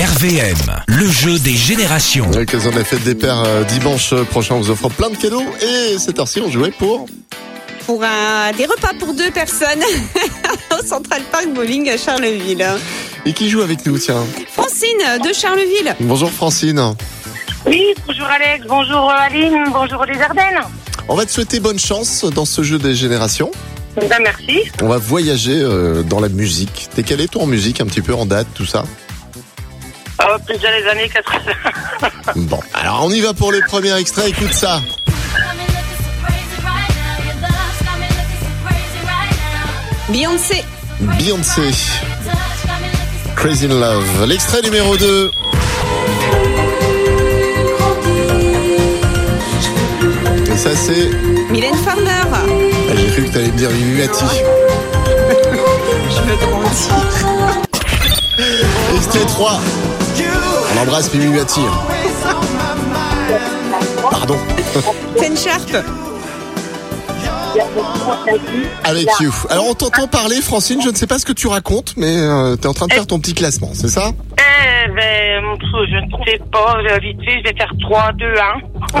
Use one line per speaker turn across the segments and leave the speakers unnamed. RVM, le jeu des générations.
À l'occasion de la fête des pères euh, dimanche prochain, on vous offre plein de cadeaux et cette heure-ci, on jouait pour.
pour un, des repas pour deux personnes au Central Park Bowling à Charleville.
Et qui joue avec nous, tiens
Francine de Charleville.
Bonjour Francine.
Oui, bonjour Alex, bonjour euh, Aline, bonjour les Ardennes.
On va te souhaiter bonne chance dans ce jeu des générations.
Ben merci.
On va voyager euh, dans la musique. T'es calé toi en musique un petit peu, en date, tout ça
Euh, plus dans les années 80.
Bon, alors on y va pour le premier extrait, écoute ça.
Beyoncé.
Beyoncé, Crazy in Love. L'extrait numéro 2. Et ça c'est...
Mylène Farmer.
Ah, J'ai cru que t'allais me dire Illuminati.
Je me grandis.
Extrait 3. On embrasse Mimimati. Pardon.
Ten Sharp.
Avec You. Alors on t'entend parler, Francine. Je ne sais pas ce que tu racontes, mais euh, t'es en train de faire ton petit classement, c'est ça
Eh ben, pff, je ne sais pas, euh, vite fait, je vais faire 3, 2,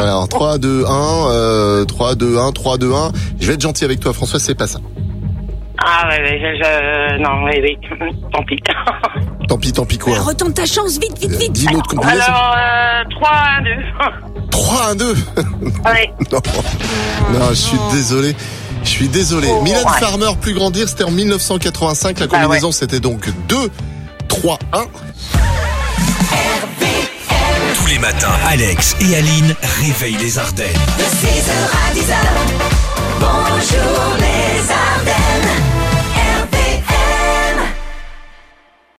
1.
Alors 3, 2, 1, euh, 3, 2, 1, 3, 2, 1. Je vais être gentil avec toi, François, c'est pas ça.
Ah ouais, ouais, je, je- non, oui, oui, tant pis.
Tant pis, tant pis quoi.
Retente ta chance, vite, vite, vite.
Dis une autre combinaison.
Alors, euh, 3, 1, 2.
3, 1, 2.
Ouais.
Non, non je suis désolé. Je suis désolé.
Oh,
Mylène
ouais.
Farmer, plus grandir, c'était en 1985. La
Ah,
combinaison, c'était donc 2, 3, 1.
Tous les matins, Alex et Aline réveillent les Ardennes.
De 6h à 10h, bonjour les Ardennes.